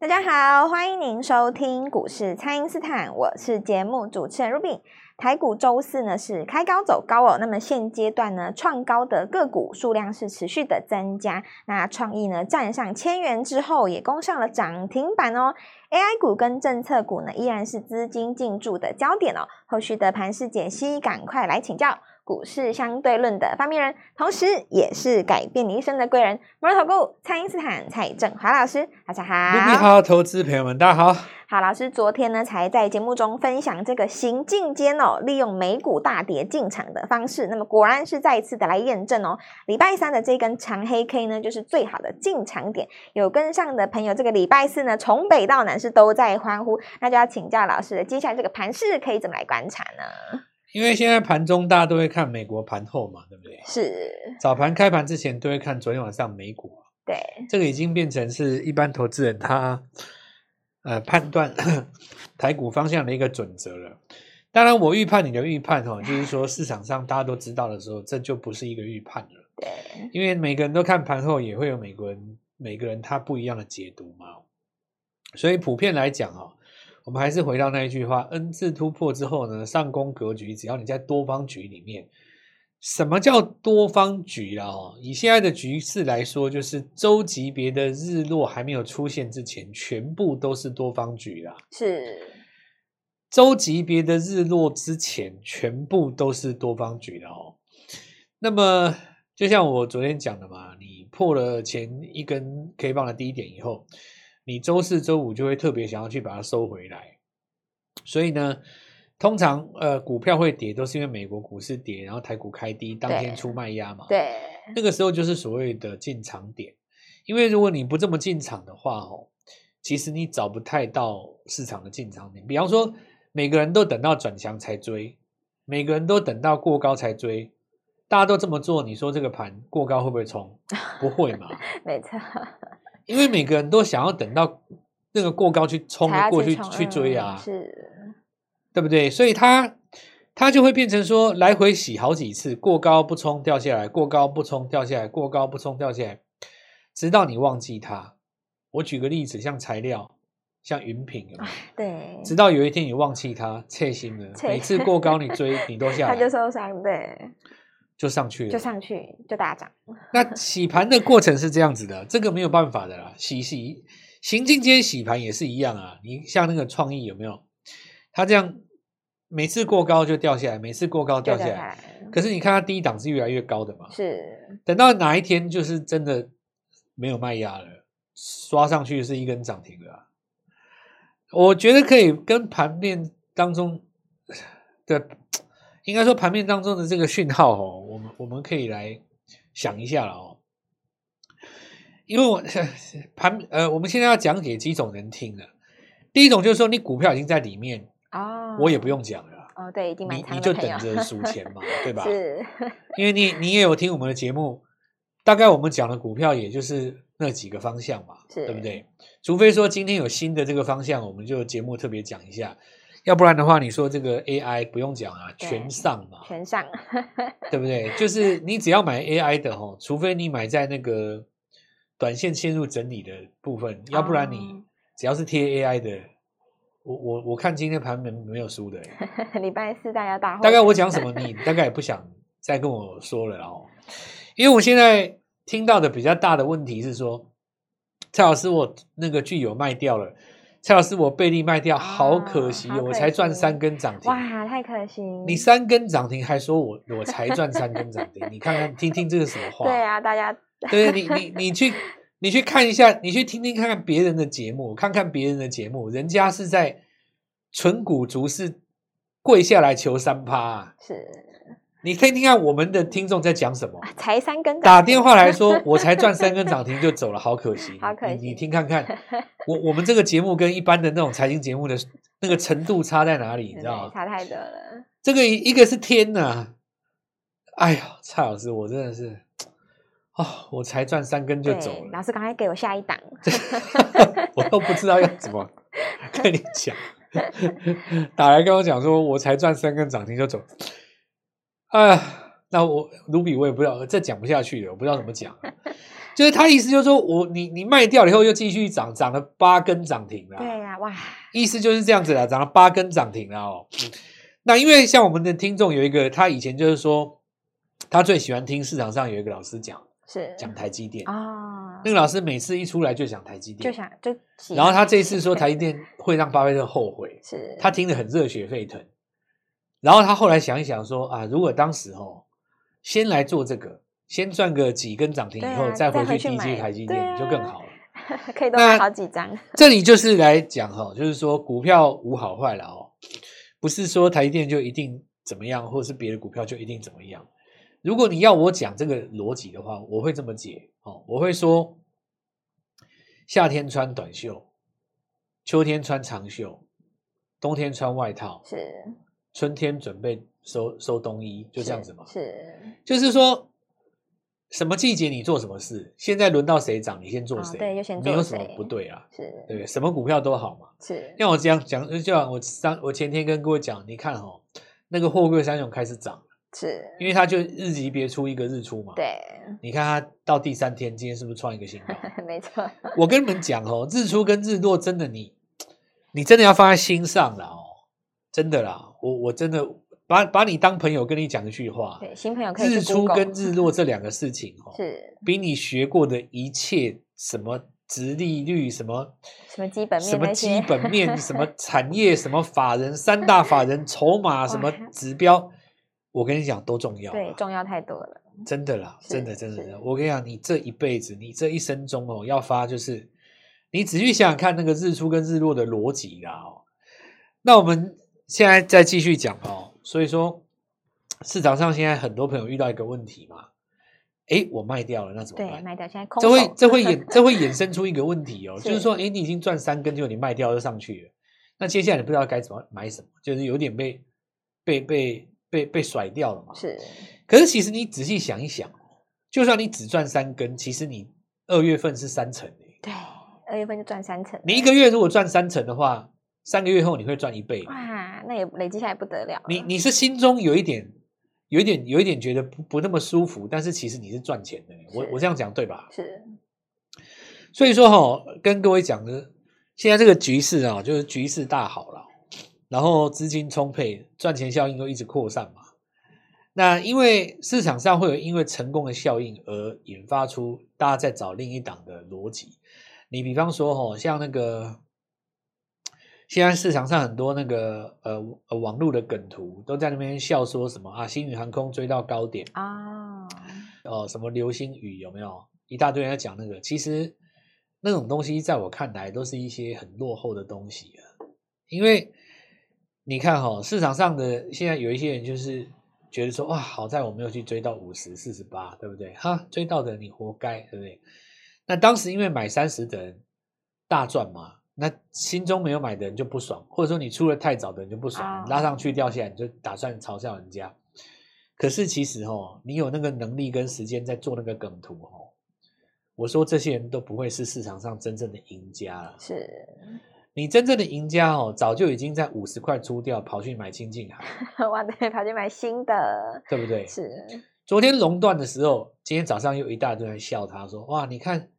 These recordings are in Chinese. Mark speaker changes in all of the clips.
Speaker 1: 大家好，欢迎您收听股市蔡因斯坦，我是节目主持人 Ruby。台股周四呢是开高走高哦，那么现阶段呢创高的个股数量是持续的增加，那创意呢站上千元之后也攻上了涨停板哦。AI 股跟政策股呢依然是资金进驻的焦点哦，后续的盘势解析赶快来请教股市相对论的发明人，同时也是改变你一生的贵人——摩尔投顾蔡因斯坦蔡振华老师，大家好。
Speaker 2: 你好，投资朋友们，大家好。
Speaker 1: 好，老师昨天呢才在节目中分享这个行进间哦，利用美股大跌进场的方式，那么果然是再一次的来验证哦。礼拜三的这根长黑 K 呢，就是最好的进场点。有跟上的朋友，这个礼拜四呢，从北到南是都在欢呼。那就要请教老师了，接下来这个盘势可以怎么来观察呢？
Speaker 2: 因为现在盘中大家都会看美国盘后嘛，对不对？
Speaker 1: 是，
Speaker 2: 早盘开盘之前都会看昨天晚上美股啊，
Speaker 1: 对，
Speaker 2: 这个已经变成是一般投资人他呃判断 台股方向的一个准则了。当然，我预判你的预判哦，就是说市场上大家都知道的时候，这就不是一个预判了。
Speaker 1: 对，
Speaker 2: 因为每个人都看盘后，也会有每个人每个人他不一样的解读嘛。所以普遍来讲哦，我们还是回到那一句话：N 字突破之后呢，上攻格局，只要你在多方局里面，什么叫多方局啦？哦，以现在的局势来说，就是周级别的日落还没有出现之前，全部都是多方局啦。
Speaker 1: 是，
Speaker 2: 周级别的日落之前，全部都是多方局的哦。那么，就像我昨天讲的嘛，你破了前一根 K 棒的低点以后，你周四周五就会特别想要去把它收回来。所以呢，通常呃股票会跌，都是因为美国股市跌，然后台股开低，当
Speaker 1: 对
Speaker 2: 天出卖压嘛。
Speaker 1: 对，
Speaker 2: 那个时候就是所谓的进场点，因为如果你不这么进场的话，哦，其实你找不太到市场的进场点。比方说，每个人都等到转强才追，每个人都等到过高才追，大家都这么做，你说这个盘过高会不会冲？不 会嘛，
Speaker 1: 没错，
Speaker 2: 因为每个人都想要等到那个过高去冲
Speaker 1: 才要
Speaker 2: 过去
Speaker 1: 冲
Speaker 2: 去
Speaker 1: 嗯
Speaker 2: 追啊，
Speaker 1: 是，
Speaker 2: 对不对？所以它它就会变成说来回洗好几次，过高不冲掉下来，过高不冲掉下来，过高不冲掉下来，直到你忘记它。我举个例子，像材料，像云品有没有
Speaker 1: 对，
Speaker 2: 直到有一天你忘记它，切心了，
Speaker 1: 啊切
Speaker 2: 每次过高你追你都 下
Speaker 1: 他就
Speaker 2: 来，
Speaker 1: 受伤，对，
Speaker 2: 就上去
Speaker 1: 就
Speaker 2: 了。
Speaker 1: 上去就大涨，
Speaker 2: 那洗盘的过程是这样子的，这个没有办法的啦，洗洗行进间洗盘也是一样啊。你像那个创意有没有？它这样每次过高就掉下来，每次过高
Speaker 1: 就
Speaker 2: 掉
Speaker 1: 掉
Speaker 2: 下
Speaker 1: 下
Speaker 2: 来，
Speaker 1: 来了，
Speaker 2: 可是你看它第一档是越来越高的嘛，
Speaker 1: 是，
Speaker 2: 等到哪一天就是真的没有卖压了，刷上去是一根涨停了啊、我觉得可以跟盘面当中的，应该说盘面当中的这个讯号哦，我们我们可以来想一下了哦。因为我 盘呃，我们现在要讲给几种人听了。第一种就是说，你股票已经在里面，
Speaker 1: 哦，
Speaker 2: 我也不用讲了啊，
Speaker 1: 哦，对，已经蛮
Speaker 2: 你
Speaker 1: 长
Speaker 2: 你
Speaker 1: 的
Speaker 2: 就
Speaker 1: 朋友
Speaker 2: 等着数钱嘛，对吧？
Speaker 1: 是，
Speaker 2: 因为你你也有听我们的节目，大概我们讲的股票也就是那几个方向嘛，
Speaker 1: 是
Speaker 2: 对不对？除非说今天有新的这个方向，我们就节目特别讲一下，要不然的话，你说这个 AI 不用讲啊，
Speaker 1: 对
Speaker 2: 全上嘛，
Speaker 1: 全上，
Speaker 2: 对不对？就是你只要买 AI 的吼，除非你买在那个短线陷入整理的部分，要不然
Speaker 1: 哦
Speaker 2: 你只要是贴 AI 的，我我我看今天盘面没有输的欸、
Speaker 1: 礼拜四大家大会，
Speaker 2: 大概我讲什么，你大概也不想再跟我说了啦哦。因为我现在听到的比较大的问题是说，蔡老师，我那个具有卖掉了，蔡老师，我贝利卖掉，好可惜
Speaker 1: 啊好
Speaker 2: 哦，
Speaker 1: 可
Speaker 2: 我才赚
Speaker 1: 惜
Speaker 2: 三根涨停。
Speaker 1: 哇，太可惜，
Speaker 2: 你三根涨停还说我我才赚三根涨停，你看看听听这是什么话？
Speaker 1: 对啊，大家
Speaker 2: 对你你你去你去看一下，你去听听看看别人的节目，看看别人的节目，人家是在纯股族是跪下来求三趴、啊，
Speaker 1: 是
Speaker 2: 你听听看我们的听众在讲什么，
Speaker 1: 才三根
Speaker 2: 打
Speaker 1: 涨
Speaker 2: 电
Speaker 1: 停，
Speaker 2: 话来说我才赚三根涨停就走了，好可惜。
Speaker 1: 好可惜
Speaker 2: 你你听看 看，我我们这个节目跟一般的那种财经节目的那个程度差在哪里，你知道
Speaker 1: 对
Speaker 2: 吗？
Speaker 1: 差太多了，
Speaker 2: 这个一一个是天呐，哎呀，蔡老师，我真的是。哦，我才赚三根就
Speaker 1: 对
Speaker 2: 走了。
Speaker 1: 老师赶快给我下一档，
Speaker 2: 我都不知道要怎么跟你讲， 打来跟我讲说，我才赚三根涨停就走，哎啊、那我卢比我也不知道，这讲不下去了，我不知道怎么讲了。 就是他意思就是说我你你卖掉了以后又继续涨，涨了八根涨停啦。
Speaker 1: 对呀、哇，
Speaker 2: 意思就是这样子啦，涨了八根涨停啦哦。那因为像我们的听众有一个，他以前就是说，他最喜欢听市场上有一个老师讲
Speaker 1: 是
Speaker 2: 讲台积电，
Speaker 1: 啊
Speaker 2: 那，个老师每次一出来就讲台积
Speaker 1: 就
Speaker 2: 电，
Speaker 1: 想就喜
Speaker 2: 然后
Speaker 1: 欢
Speaker 2: 他这一次说台积电会让巴菲特后悔，
Speaker 1: 是
Speaker 2: 他听得很热血沸腾。然后他后来想一想说啊，如果当时哦，先来做这个，先赚个几根涨停以后，
Speaker 1: 对啊再
Speaker 2: 再回
Speaker 1: 回
Speaker 2: 去
Speaker 1: 去
Speaker 2: 低
Speaker 1: 买
Speaker 2: 接台积
Speaker 1: 对
Speaker 2: 电、
Speaker 1: 啊
Speaker 2: 就更好了。
Speaker 1: 可以多
Speaker 2: 那
Speaker 1: 买好几张，
Speaker 2: 这里就是来讲哈、就是说股票无好坏了哦，不是说台积电就一定怎么样，或者是别的股票就一定怎么样。如果你要我讲这个逻辑的话，我会这么解哦，我会说，夏天穿短袖，秋天穿长袖，冬天穿外套，
Speaker 1: 是
Speaker 2: 春天准备收收冬衣，就这样子嘛。
Speaker 1: 是
Speaker 2: 就是说，什么季节你做什么事，现在轮到谁涨，你先做
Speaker 1: 哦
Speaker 2: 谁，
Speaker 1: 对就先
Speaker 2: 没
Speaker 1: 做
Speaker 2: 有什么
Speaker 1: 谁
Speaker 2: 不对啊，
Speaker 1: 是
Speaker 2: 对不对？什么股票都好嘛。
Speaker 1: 是
Speaker 2: 像我这样讲，就像我上我前天跟各位讲，你看哦，那个货柜三雄开始涨了，
Speaker 1: 是，
Speaker 2: 因为它就日级别出一个日出嘛。，
Speaker 1: 对，
Speaker 2: 你看它到第三天，今天是不是创一个新高？
Speaker 1: 没错，
Speaker 2: 我跟你们讲哦，日出跟日落真的你，你真的要放在心上啦哦，真的啦，我我真的把把你当朋友跟你讲一句话，
Speaker 1: 对，新朋友可以去
Speaker 2: 日出
Speaker 1: Google
Speaker 2: 跟日落这两个事情哦，
Speaker 1: 是
Speaker 2: 比你学过的一切什么殖利率什么。
Speaker 1: 什么基本面
Speaker 2: 什么
Speaker 1: 那
Speaker 2: 基
Speaker 1: 些
Speaker 2: 本面、什么产业、什么法人、三大法人筹码、什么指标，我跟你讲都重要啊，
Speaker 1: 对重要太多了，
Speaker 2: 真的啦，
Speaker 1: 是
Speaker 2: 真的真的
Speaker 1: 是
Speaker 2: 真的，我跟你讲，你这一辈子，你这一生中哦，要发就是，你仔细想想看那个日出跟日落的逻辑啦哦。那我们现在再继续讲哦，所以说市场上现在很多朋友遇到一个问题嘛，诶，我卖掉了，那怎么
Speaker 1: 对，
Speaker 2: 办？
Speaker 1: 卖掉现在空
Speaker 2: 这会
Speaker 1: 手
Speaker 2: 这会 衍这会衍生出一个问题哦，就是
Speaker 1: 是
Speaker 2: 说，哎，你已经赚三根，结果你卖掉就上去了，那接下来你不知道该怎么买什么，就是有点被被被被被甩掉了嘛。
Speaker 1: 是
Speaker 2: 可是其实你仔细想一想，哦就算你只赚三根，其实你二月份是三成欸
Speaker 1: 对，二月份就赚三成了，
Speaker 2: 你一个月如果赚三成的话，三个月后你会赚一倍。
Speaker 1: 哇，那也累积下来不得了了，
Speaker 2: 你你是心中有一点。有一点，有一点觉得不不那么舒服，但是其实你是赚钱的欸。我
Speaker 1: 是
Speaker 2: 我这样讲对吧？
Speaker 1: 是
Speaker 2: 所以说哈、跟各位讲呢，现在这个局势啊，就是局势大好了，然后资金充沛，赚钱效应都一直扩散嘛。那因为市场上会有因为成功的效应而引发出大家在找另一档的逻辑。你比方说哈、像那个现在市场上很多那个呃呃网络的梗图都在那边笑说什么啊，星宇航空追到高点，
Speaker 1: 哦，
Speaker 2: 哦，什么流星雨有没有？一大堆人在讲那个，其实那种东西在我看来都是一些很落后的东西啊。因为你看哈、市场上的现在有一些人就是觉得说，哇，好在我没有去追到五十、四十八，对不对？哈，追到的你活该，对不对？那当时因为买三十的人大赚嘛，那心中没有买的人就不爽，或者说你出的太早的人就不爽，
Speaker 1: 啊
Speaker 2: 你拉上去掉下来你就打算嘲笑人家。可是其实哦，你有那个能力跟时间在做那个梗图哦，我说这些人都不会是市场上真正的赢家了。
Speaker 1: 是
Speaker 2: 你真正的赢家哦，早就已经在五十块出掉，跑去买清净海，
Speaker 1: 哇，对，跑去买新的，
Speaker 2: 对不对？
Speaker 1: 是
Speaker 2: 昨天熔断的时候，今天早上又一大堆人笑他说：“哇，你看，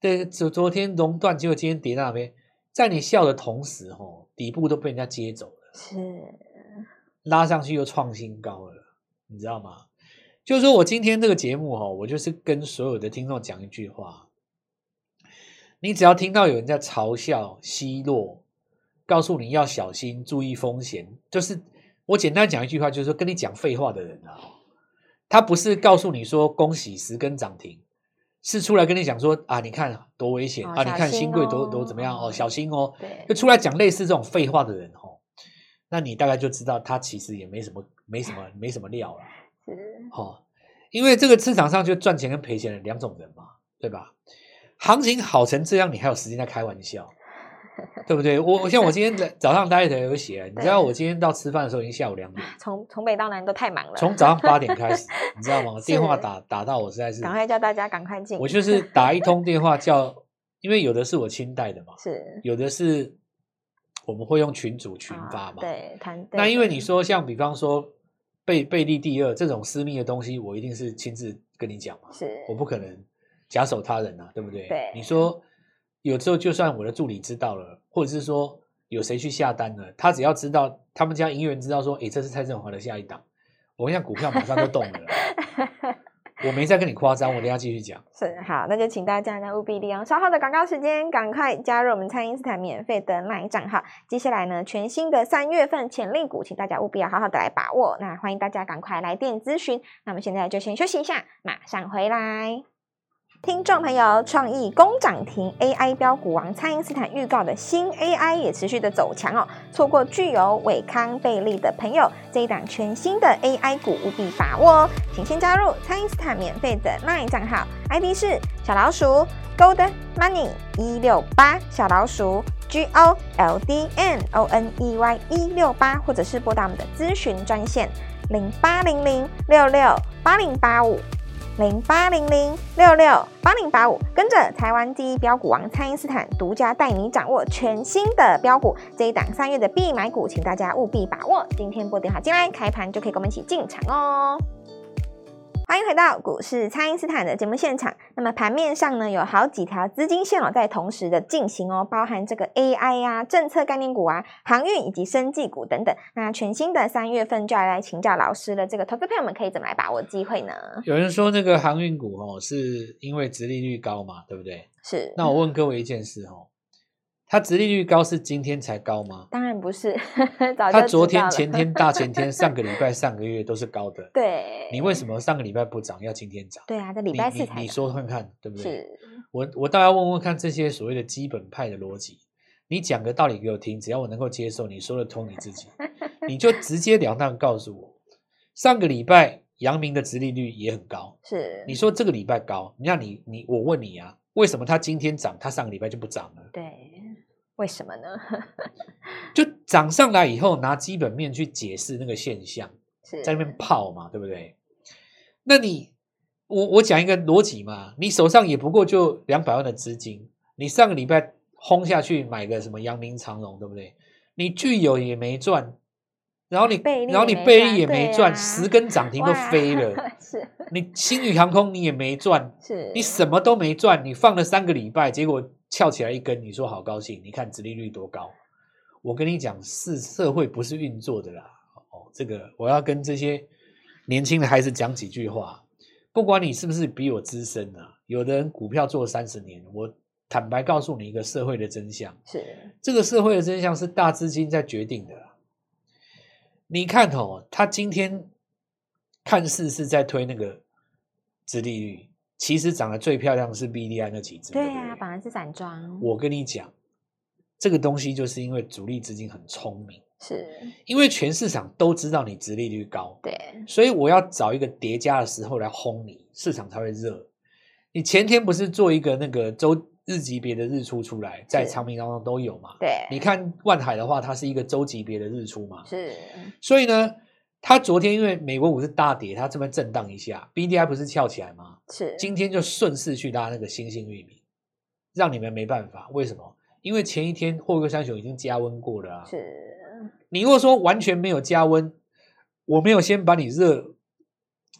Speaker 2: 对，昨昨天熔断，结果今天跌到那边。”在你笑的同时，哦，底部都被人家接走了。
Speaker 1: 是
Speaker 2: 拉上去又创新高了，你知道吗？就是说我今天这个节目哦，我就是跟所有的听众讲一句话：你只要听到有人在嘲笑、奚落，告诉你要小心、注意风险，就是我简单讲一句话，就是说跟你讲废话的人啊，他不是告诉你说恭喜十根涨停。是出来跟你讲说啊，你看多危险、
Speaker 1: 哦
Speaker 2: 啊！你
Speaker 1: 小
Speaker 2: 看
Speaker 1: 心
Speaker 2: 新贵多
Speaker 1: 哦
Speaker 2: 多怎么样哦，小心哦！
Speaker 1: 对
Speaker 2: 就出来讲类似这种废话的人哦，那你大概就知道他其实也没什么、没什么、没什么料了
Speaker 1: 是
Speaker 2: 哦。因为这个市场上就赚钱跟赔钱的两种人嘛，对吧？行情好成这样，你还有时间在开玩笑，对不对？我我像我今天早早上大家才有写，你知道我今天到吃饭的时候已经下午两点，
Speaker 1: 从从北到南都太忙了，
Speaker 2: 从早上八点开始，你知道吗？
Speaker 1: 是
Speaker 2: 电话打打到我实在是，
Speaker 1: 赶快叫大家赶快进，
Speaker 2: 我就是打一通电话叫，因为有的是我亲带的嘛，
Speaker 1: 是
Speaker 2: 有的是我们会用群组群发
Speaker 1: 啊
Speaker 2: 嘛。
Speaker 1: 对，谈
Speaker 2: 那因为你说像比方说贝贝利第二这种私密的东西，我一定是亲自跟你讲嘛，
Speaker 1: 是
Speaker 2: 我不可能假手他人啊，对不对？
Speaker 1: 对
Speaker 2: 你说有时候就算我的助理知道了，或者是说有谁去下单了，他只要知道他们家营业员知道说，诶，这是蔡振华的下一档，我跟你讲，股票马上就动了啦。我没在跟你夸张，我等一下继 续讲。
Speaker 1: 是好，那就请大家呢务必利用稍后的广告时间，赶快加入我们蔡因斯坦免费的 LINE 账号。接下来呢，全新的三月份潜力股，请大家务必要好好的来把握。那欢迎大家赶快来电咨询。那我们现在就先休息一下，马上回来。听众朋友，创意攻涨停 AI 标股王蔡因斯坦预告的新 AI 也持续的走强哦。错过具有伟康贝利的朋友，这一档全新的 AI 股务必把握哦！请先加入蔡因斯坦免费的 LINE 账号，ID 是小老鼠 Gold Money 一六八，小老鼠 G O L D M O N E Y 一六八，或者是拨打我们的咨询专线零八零零六六八零八五。零八零零六六八零八五，跟着台湾第一标股王蔡因斯坦独家带你掌握全新的标股，这一档三月的必买股，请大家务必把握。今天拨电话进来，开盘就可以跟我们一起进场哦。欢迎回到股市，蔡因斯坦的节目现场。那么盘面上呢，有好几条资金线哦，在同时的进行哦，包含这个 AI 啊、政策概念股啊、航运以及生技股等等。那全新的三月份就要来请教老师了，这个投资朋友们可以怎么来把握机会呢？
Speaker 2: 有人说那个航运股哦，是因为殖利率高嘛，对不对？
Speaker 1: 是，
Speaker 2: 那我问各位一件事哦，它殖利率高是今天才高吗？
Speaker 1: 当然不 是，早就
Speaker 2: 它昨
Speaker 1: 知道
Speaker 2: 天、
Speaker 1: 了
Speaker 2: 前天、大前天、上个礼 拜、上个月都是高的。
Speaker 1: 对，
Speaker 2: 你为什么上个礼拜不涨，要今天涨？
Speaker 1: 对啊，在礼拜
Speaker 2: 你
Speaker 1: 四
Speaker 2: 你
Speaker 1: 才
Speaker 2: 你
Speaker 1: 涨
Speaker 2: 说看看，对不对？
Speaker 1: 是
Speaker 2: 我我倒要问问看这些所谓的基本派的逻辑，你讲个道理给我听，只要我能够接受，你说得通你自 己，你就直截了当告诉我，上个礼拜阳明的殖利率也很高，
Speaker 1: 是，
Speaker 2: 你说这个礼拜高，那你你我问你啊，为什么它今天涨，它上个礼拜就不涨了？
Speaker 1: 对，为什么呢？
Speaker 2: 就涨上来以后，拿基本面去解释那个现象，
Speaker 1: 是
Speaker 2: 在那边泡嘛，对不对？那你我我讲一个逻辑嘛，你手上也不过就两百万的资金，你上个礼拜轰下去买个什么阳明长荣，对不对？你具有也没赚，然后你
Speaker 1: 贝利
Speaker 2: 然后
Speaker 1: 也
Speaker 2: 你
Speaker 1: 没
Speaker 2: 贝
Speaker 1: 赚
Speaker 2: 利也
Speaker 1: 对
Speaker 2: 没赚，
Speaker 1: 啊
Speaker 2: 十根涨停都
Speaker 1: 哇
Speaker 2: 飞了，
Speaker 1: 是
Speaker 2: 你新宇航空你也没赚，
Speaker 1: 是，
Speaker 2: 你什么都没赚，你放了三个礼拜，结果翘起来一根，你说好高兴，你看殖利率多高。我跟你讲，是社会不是运作的啦。哦，这个我要跟这些年轻的孩子讲几句话。不管你是不是比我资深啊，有的人股票做三十年，我坦白告诉你一个社会的真相，
Speaker 1: 是
Speaker 2: 这个社会的真相是大资金在决定的啦。你看哦，他今天看似是在推那个殖利率，其实涨得最漂亮的是 BDI 那几只。
Speaker 1: 对
Speaker 2: 不
Speaker 1: 啊，本来是散装，
Speaker 2: 我跟你讲，这个东西就是因为主力资金很聪明，
Speaker 1: 是
Speaker 2: 因为全市场都知道你殖利率高，
Speaker 1: 对
Speaker 2: 所以我要找一个叠加的时候来轰你，市场才会热。你前天不是做一个那个周日级别的日出出来，在
Speaker 1: 是
Speaker 2: 长平当中都有嘛？
Speaker 1: 对，
Speaker 2: 你看万海的话，它是一个周级别的日出嘛，
Speaker 1: 是
Speaker 2: 所以呢，它昨天因为美国股市大跌，它这边震荡一下，B D I 不是翘起来吗？
Speaker 1: 是
Speaker 2: 今天就顺势去拉那个星星玉米，让你们没办法。为什么？因为前一天货柜三雄已经加温过了啊。
Speaker 1: 是
Speaker 2: 你如果说完全没有加温，我没有先把你热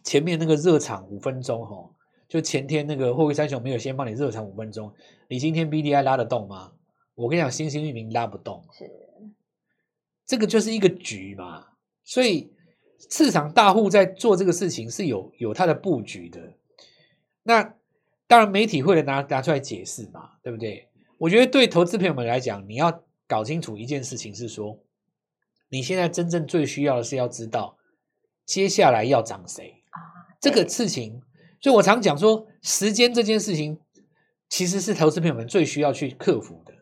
Speaker 2: 前面那个热场五分钟哈、哦，就前天那个货柜三雄没有先帮你热场五分钟，你今天 B D I 拉得动吗？我跟你讲，星星玉米拉不动。
Speaker 1: 是
Speaker 2: 这个就是一个局嘛，所以市场大户在做这个事情是有有它的布局的。那当然，媒体会拿拿出来解释嘛，对不对？我觉得对投资朋友们来讲，你要搞清楚一件事情是说，你现在真正最需要的是要知道接下来要涨谁这个事情。所以我常讲说，时间这件事情其实是投资朋友们最需要去克服的。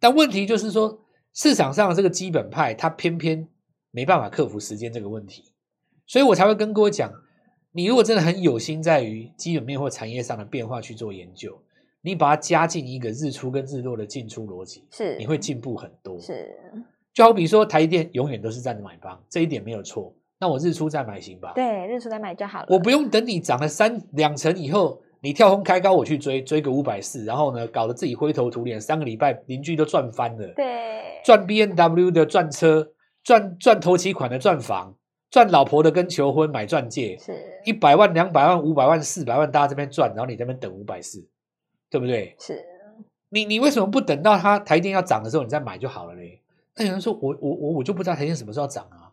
Speaker 2: 但问题就是说，市场上的这个基本派，它偏偏没办法克服时间这个问题，所以我才会跟各位讲，你如果真的很有心在于基本面或产业上的变化去做研究，你把它加进一个日出跟日落的进出逻辑，
Speaker 1: 是，
Speaker 2: 你会进步很多。
Speaker 1: 是
Speaker 2: 就好比说台积电永远都是站着买方，这一点没有错。那我日出再买行吧？
Speaker 1: 对日出再买就好了，
Speaker 2: 我不用等你涨了三两成以后，你跳空开高，我去追追个五百四，然后呢，搞得自己灰头土脸，三个礼拜邻居都赚翻了。
Speaker 1: 对
Speaker 2: 赚 B N W 的赚车，赚赚头期款的赚房，赚老婆的跟求婚买钻戒，
Speaker 1: 是
Speaker 2: 一百万、两百万、五百万、四百万，大家这边赚，然后你这边等五百四，对不对？
Speaker 1: 是
Speaker 2: 你你为什么不等到它台电要涨的时候你再买就好了嘞？那有人说我我我我就不知道台电什么时候要涨啊，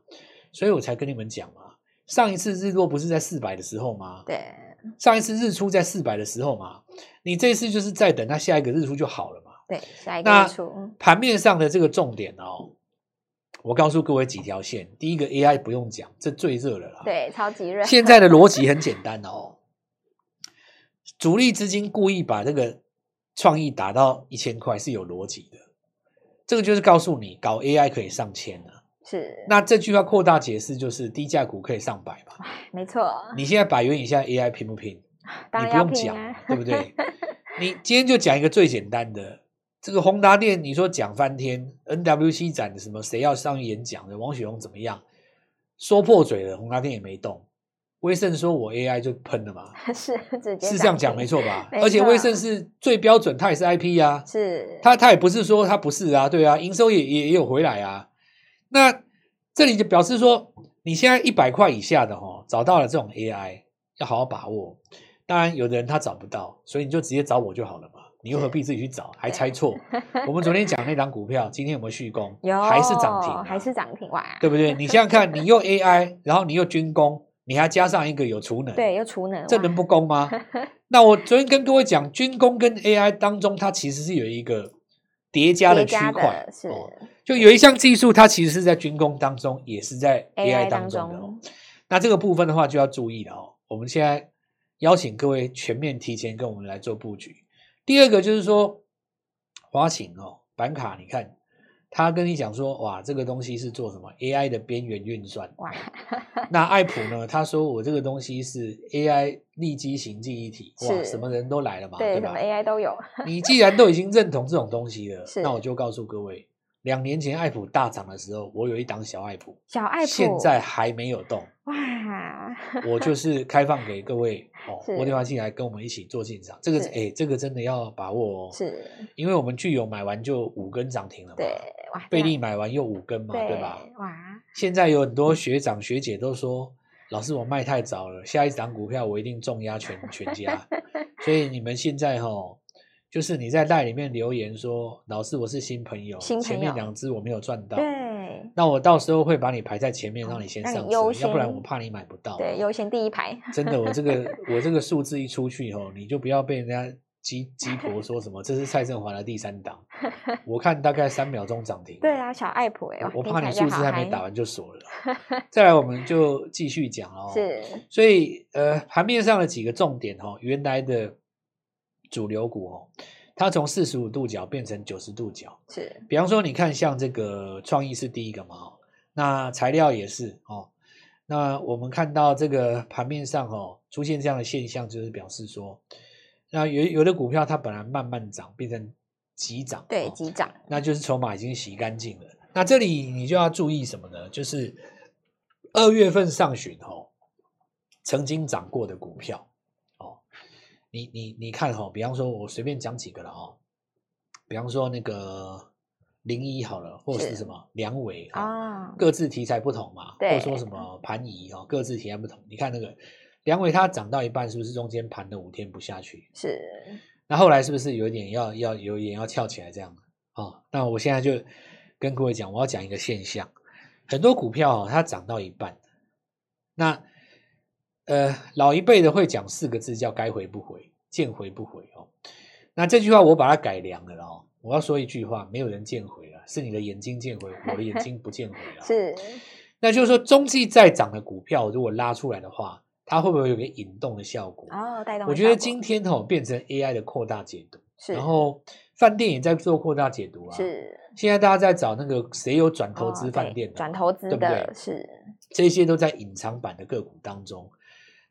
Speaker 2: 所以我才跟你们讲嘛。上一次日落不是在四百的时候吗？
Speaker 1: 对，
Speaker 2: 上一次日出在四百的时候嘛，你这次就是再等它下一个日出就好了嘛。
Speaker 1: 对，下一
Speaker 2: 那
Speaker 1: 个日出，嗯
Speaker 2: 盘面上的这个重点哦，我告诉各位几条线。第一个 AI 不用讲，这最热了啦。，
Speaker 1: 对，超级热，
Speaker 2: 现在的逻辑很简单哦，主力资金故意把这个创意打到一千块是有逻辑的，这个就是告诉你搞 AI 可以上千了、
Speaker 1: 是
Speaker 2: 那这句话扩大解释就是低价股可以上百嘛？
Speaker 1: 没错，
Speaker 2: 你现在百元以下 AI 拼不拼？
Speaker 1: 当
Speaker 2: 你
Speaker 1: 然
Speaker 2: 不
Speaker 1: 要
Speaker 2: 用
Speaker 1: 拼
Speaker 2: 讲
Speaker 1: 啊
Speaker 2: 嘛，，对不对？你今天就讲一个最简单的，这个宏达电，你说讲翻天，NWC 展的什么谁要上去演讲的，王雪红怎么样？说破嘴了，宏达电也没动。威盛说我 AI 就喷了嘛，
Speaker 1: 是直接
Speaker 2: 是这样讲
Speaker 1: 停
Speaker 2: 没，错吧？
Speaker 1: 没
Speaker 2: 而且
Speaker 1: 错
Speaker 2: 威盛是最标准，它也是 IP 啊，
Speaker 1: 是
Speaker 2: 它它也不是说它不是啊，对啊，营收也也也有回来啊。那这里就表示说，你现在一百块以下的哦，找到了这种 AI，要好好把握。当然，有的人他找不到，所以你就直接找我就好了嘛，你又何必自己去找，还猜 错？我们昨天讲那档股票，今天有没有续攻？
Speaker 1: 有
Speaker 2: 还是涨停啊、
Speaker 1: 还是涨停哇，
Speaker 2: 对不对？你想想看，你又 AI，然后你又军工，你还加上一个有储能，
Speaker 1: 对，又储能，
Speaker 2: 这
Speaker 1: 哇
Speaker 2: 能不攻 吗？那我昨天跟各位讲，军工跟 AI 当中，它其实是有一个叠加的
Speaker 1: 叠
Speaker 2: 区
Speaker 1: 加
Speaker 2: 块
Speaker 1: 的，是
Speaker 2: 哦就有一项技术，它其实是在军工当中，也是在 AI 当
Speaker 1: 当
Speaker 2: 中的、哦。那这个部分的话，就要注意了哦。我们现在邀请各位全面提前跟我们来做布局。第二个就是说，华勤哦，板卡，你看他跟你讲说，哇，这个东西是做什么 AI 的边缘运算，
Speaker 1: 哇，
Speaker 2: 那艾普呢？他说我这个东西是 AI 立基型记忆体，哇，
Speaker 1: 是
Speaker 2: 什么人都来了嘛，
Speaker 1: 对，
Speaker 2: 啊对
Speaker 1: 什
Speaker 2: 吧
Speaker 1: 么？AI 都有，
Speaker 2: 你既然都已经认同这种东西了，
Speaker 1: 是
Speaker 2: 那我就告诉各位，两年前艾普大涨的时候，我有一档小艾普，
Speaker 1: 小爱普
Speaker 2: 现在还没有动，
Speaker 1: 哇，
Speaker 2: 我就是开放给各位哦
Speaker 1: 是，
Speaker 2: 拨电话进来跟我们一起做进场，这个
Speaker 1: 是
Speaker 2: 哎，这个真的要把握哦，
Speaker 1: 是
Speaker 2: 因为我们具有买完就五根涨停了嘛，
Speaker 1: 对哇，
Speaker 2: 贝
Speaker 1: 这
Speaker 2: 利
Speaker 1: 样
Speaker 2: 买完又五根嘛，对吧？
Speaker 1: 哇，嗯
Speaker 2: 现在有很多学长学姐都说，老师我卖太早了，下一档股票我一定重压全全 家。所以你们现在哈、就是你在赖里面留言说，老师我是新朋友，
Speaker 1: 新朋
Speaker 2: 前面
Speaker 1: 友
Speaker 2: 两只我没有赚到，
Speaker 1: 对
Speaker 2: 那我到时候会把你排在前面，
Speaker 1: 哦
Speaker 2: 让你先
Speaker 1: 让你
Speaker 2: 上
Speaker 1: 优
Speaker 2: 车，要不然
Speaker 1: 先
Speaker 2: 我怕你买不到。
Speaker 1: 对，优先第一排，
Speaker 2: 真的，我这个我这个数字一出去哦，你就不要被人家鸡鸡婆说什么这是蔡振华的第三 档，我看大概三秒钟涨停。
Speaker 1: 对啊，小爱普哎，哇
Speaker 2: 我我
Speaker 1: 听
Speaker 2: 怕
Speaker 1: 起
Speaker 2: 你
Speaker 1: 来
Speaker 2: 数
Speaker 1: 就
Speaker 2: 字
Speaker 1: 好
Speaker 2: 还没
Speaker 1: 嗨
Speaker 2: 打完就 锁了哦。再来，我们就继续讲哦。，
Speaker 1: 是
Speaker 2: 所以呃，盘面上的几个重点哦，原来的主流股哦，它从四十五度角变成九十度角。
Speaker 1: 是
Speaker 2: 比方说，你看像这个创意是第一个嘛，哦，那材料也是哦。那我们看到这个盘面上哦，出现这样的现象，就是表示说，那有有的股票它本来慢慢涨，变成急涨，
Speaker 1: 对
Speaker 2: 哦
Speaker 1: 急涨，
Speaker 2: 那就是筹码已经洗干净了。那这里你就要注意什么呢？就是二月份上旬哦，曾经涨过的股票哦，你你你看哈、哦，比方说我随便讲几个了哦，比方说那个零一好了，或者是
Speaker 1: 是
Speaker 2: 什么梁伟啊、哦，
Speaker 1: 啊，
Speaker 2: 各自题材不同嘛，或者
Speaker 1: 对
Speaker 2: 说什么盘仪哦，各自题材不同。你看那个梁伟，它涨到一半，是不是中间盘了五天不下去？
Speaker 1: 是
Speaker 2: 那后来是不是有一点要要有一点要翘起来这样？哦，那我现在就跟各位讲，我要讲一个现象，很多股票、哦、它涨到一半，那呃老一辈的会讲四个字叫“该回不回，见回不回”哦。那这句话我把它改良了哦，我要说一句话，没有人见回了，是你的眼睛见回，我的眼睛不见回 了。哦
Speaker 1: 是
Speaker 2: 那就是说，中继再涨的股票，如果拉出来的话，它会不会有个引动的效果？
Speaker 1: 哦，带动
Speaker 2: 我
Speaker 1: 的
Speaker 2: 觉得
Speaker 1: 效果
Speaker 2: 今天哦变成 AI 的扩大解读，
Speaker 1: 是
Speaker 2: 然后饭店也在做扩大解读啊。，
Speaker 1: 是
Speaker 2: 现在大家在找那个谁有转投
Speaker 1: 哦
Speaker 2: 资饭
Speaker 1: 对
Speaker 2: 店的嘛、
Speaker 1: 转投资
Speaker 2: 对不对
Speaker 1: 的是
Speaker 2: 这些都在隐藏版的个股当中。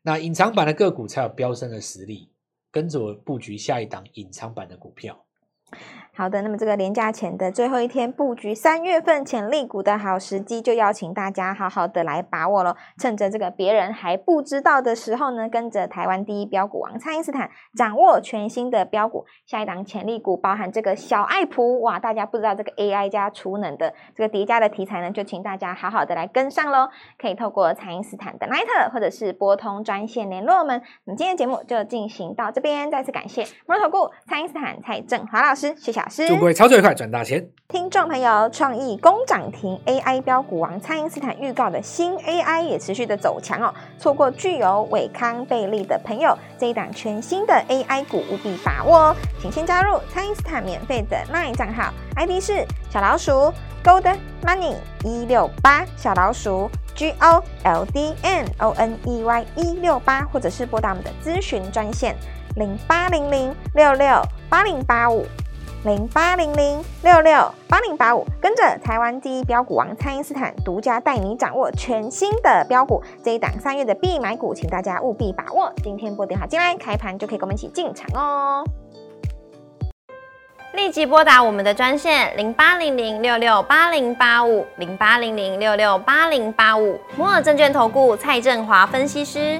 Speaker 2: 那隐藏版的个股才有飙升的实力，跟着我布局下一档隐藏版的股票。
Speaker 1: 好的，那么这个廉价前的最后一天布局三月份潜力股的好时机，就邀请大家好好的来把握喽。趁着这个别人还不知道的时候呢，跟着台湾第一标股王蔡因斯坦，掌握全新的标股。下一档潜力股包含这个小爱普，哇，大家不知道这个 AI 加储能的这个叠加的题材呢，就请大家好好的来跟上喽。可以透过蔡因斯坦的 Line 或者是拨通专线联络我们。我们今天的节目就进行到这边，再次感谢摩头顾蔡因斯坦蔡振华老师，谢谢老师。
Speaker 2: 祝各位操作愉快，赚大钱！
Speaker 1: 听众朋友，创意攻涨停 AI 标股王蔡因斯坦预告的新 AI 也持续的走强哦，错过具有伟康贝利的朋友，这一档全新的 AI 股务必把握哦，请先加入蔡因斯坦免费的 LINE 账号，ID 是小老鼠 Gold Money 一六八小老鼠。G O L D N O N E Y 一六八，或者是拨打我们的咨询专线零八零零六六八零八五。零八零零六六八零八五，跟着台湾第一标股王蔡因斯坦独家带你掌握全新的标股，这一档三月的必买股，请大家务必把握。今天拨电话进来，开盘就可以跟我们一起进场哦。
Speaker 3: 立即拨打我们的专线零八零零六六八零八五零八零零六六八零八五摩尔证券投顾蔡振华分析师。